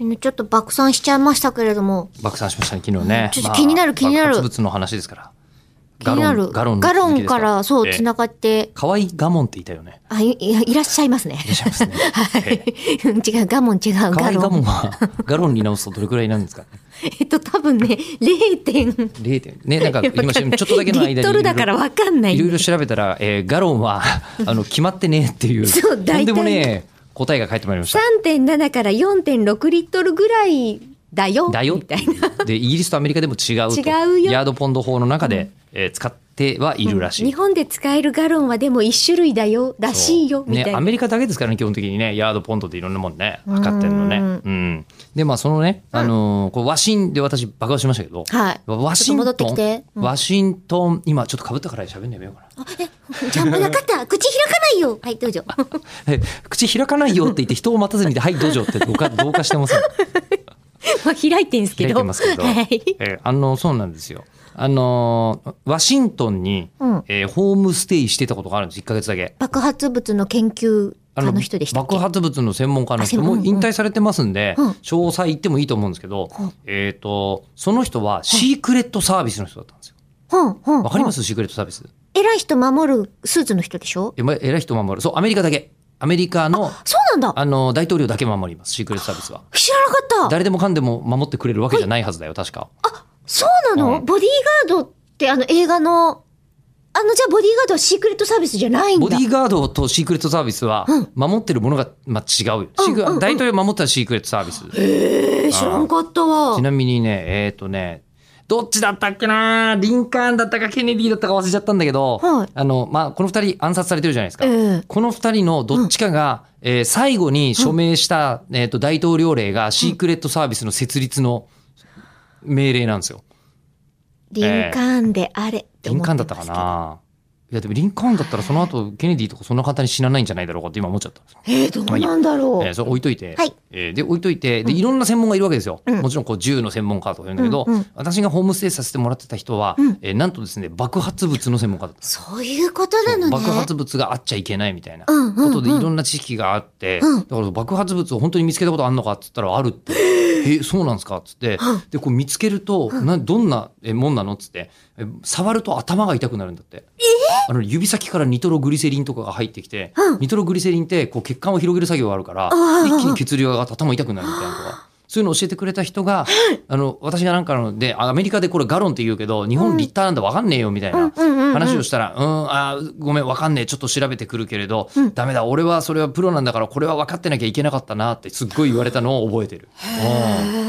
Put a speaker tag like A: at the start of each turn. A: ねちょっと爆散しちゃいましたけれども、
B: 爆散しましたね、昨日ね。
A: ちょっと気になる気になる
B: 爆発物の話ですから。
A: 気になる。
B: ガロン、
A: ガロ
B: の続き
A: ン
B: です
A: からら、そう、
B: ええ
A: つながって、
B: 可愛いガモンっていた よね。
A: あ、い、いいらっしゃいますね。
B: いらっしゃいますね。ええ
A: 違う、ガモン違う、
B: 可
A: ガ
B: 愛い
A: ロ
B: ガモン
A: ン。
B: は、ガロンに直すとどれくらいになるんですか
A: えっと、多分ね、0.
B: 0点。ね、なんか、
A: わかんな
B: 今、
A: い
B: ちょっとだけの間に。
A: リットルだからわかんない
B: いろいろ調べたら、えーガロ ンは、あの、決まってねえっていう。
A: そう大体
B: とんでもねえ答えが返ってまいりました。
A: 3.7から4.6リットルぐらいだよ。
B: だよっ
A: み
B: て
A: たい
B: い
A: な。
B: うでイギリスとアメリカでも違うと
A: 違うよ
B: ヤードポンド法の中で、えー使ってはいるらしい、
A: 日本で使えるガロンはでも一種類だよ、らしいよ、みたい
B: ね、ア
A: な。
B: メリカだけですからね基本的にねヤードポンドっていろんなもんね測ってるのねうん、でまあそのね、あのーこうワシンで私爆破しましたけど、
A: はい
B: ワシン
A: ちょっと
B: ト
A: 戻
B: ン、
A: ってきてうん
B: ワシントン今ちょっとかぶったから喋んないようか
A: あえ、ジャンプなか った。口開かないよ。はい、どうぞ。
B: なえ口開かないよって言って人を待たずにで「はいどうぞ」ってどうかどうかして ません
A: まあ開いてんすけ
B: 開い
A: ど。
B: てますけど、
A: はい。
B: えーあのそうなんですよあのーワシントンに、
A: うん
B: えーホームステイしてたことがあるんです1か月だけ。
A: 爆発物の研究
B: あ
A: 家の人でしたっけ
B: 爆発物の専門家の人
A: あ専
B: も
A: 門
B: う引退されてますんで、
A: うん
B: 詳細言ってもいいと思うんですけど、えっ、とその人はシークレットサービスの人だったんですよ
A: ほんほん
B: わかります、シークレットサービス
A: 偉い人守るスーツの人でしょ
B: えま偉い人守るそうアメリカだけアメリカの
A: そうなんだ
B: あの大統領だけ守りますシークレットサービスは
A: 知らなかった
B: 誰でもかんでも守ってくれるわけじゃないはずだよ確か
A: そうなの、
B: うん
A: ボディーガードってあの映画の、あのじゃあボディーガードはシークレットサービスじゃないんだ。
B: ボディーガードとシークレットサービスは守ってるものが、まあ、違うよ、シークレ大統領守ったらシークレットサービス
A: えー、知らんかったわ
B: ち。なみにね、えっ、とね、どっちだったっけなリンカーンだったかケネディだったか忘れちゃったんだけど、
A: はい
B: あの、まあ、この二人暗殺されてるじゃないですか。
A: ええ
B: この二人のどっちかが、えー最後に署名した、えっ、と、大統領令がシークレットサービスの設立の命令なんですよ。
A: リンカーンであれって
B: リン
A: 思
B: カーンだ
A: っ
B: って
A: ま
B: たか
A: すけど。
B: ないや、でもリンカーンだったらその後、ケネディとかそんな簡単に死なないんじゃないだろうかって今思っちゃった。
A: えー、どうなんだろう。
B: えーそれ置いといて、
A: はい
B: えーで置いといてでいろんな専門がいるわけですよ、
A: うん
B: もちろんこう銃の専門家とか言うんだけど、
A: うんうん
B: 私がホームステイさせてもらってた人は、
A: うん
B: えーなんとですね爆発物の専門家だったんです
A: そういうことなのね。
B: 爆発物があっちゃいけないみたいなこ
A: うんうんうん
B: とでいろんな知識があって、
A: うん
B: だから爆発物を本当に見つけたことあんのかっつったらあるって「えそうなんですか?」っつってでこう見つけると、などんなえもんなのっつってえ触ると頭が痛くなるんだって、あの指先からニトログリセリンとかが入ってきて、
A: うん
B: ニトログリセリンってこう血管を広げる作業があるから、
A: ああ
B: 一気に血流が上がって頭痛くなるみたいなのが。そういうのを教えてくれた人が、あの、私がなんかので、あアメリカでこれガロンって言うけど、日本リッターなんだわかんねえよみたいな
A: うんうんうんうん
B: 話をしたら、うん、あーごめん、わかんねえ、ちょっと調べてくるけれど、ダメだ、俺はそれはプロなんだから、これは分かってなきゃいけなかったなって、すっごい言われたのを覚えてる。うん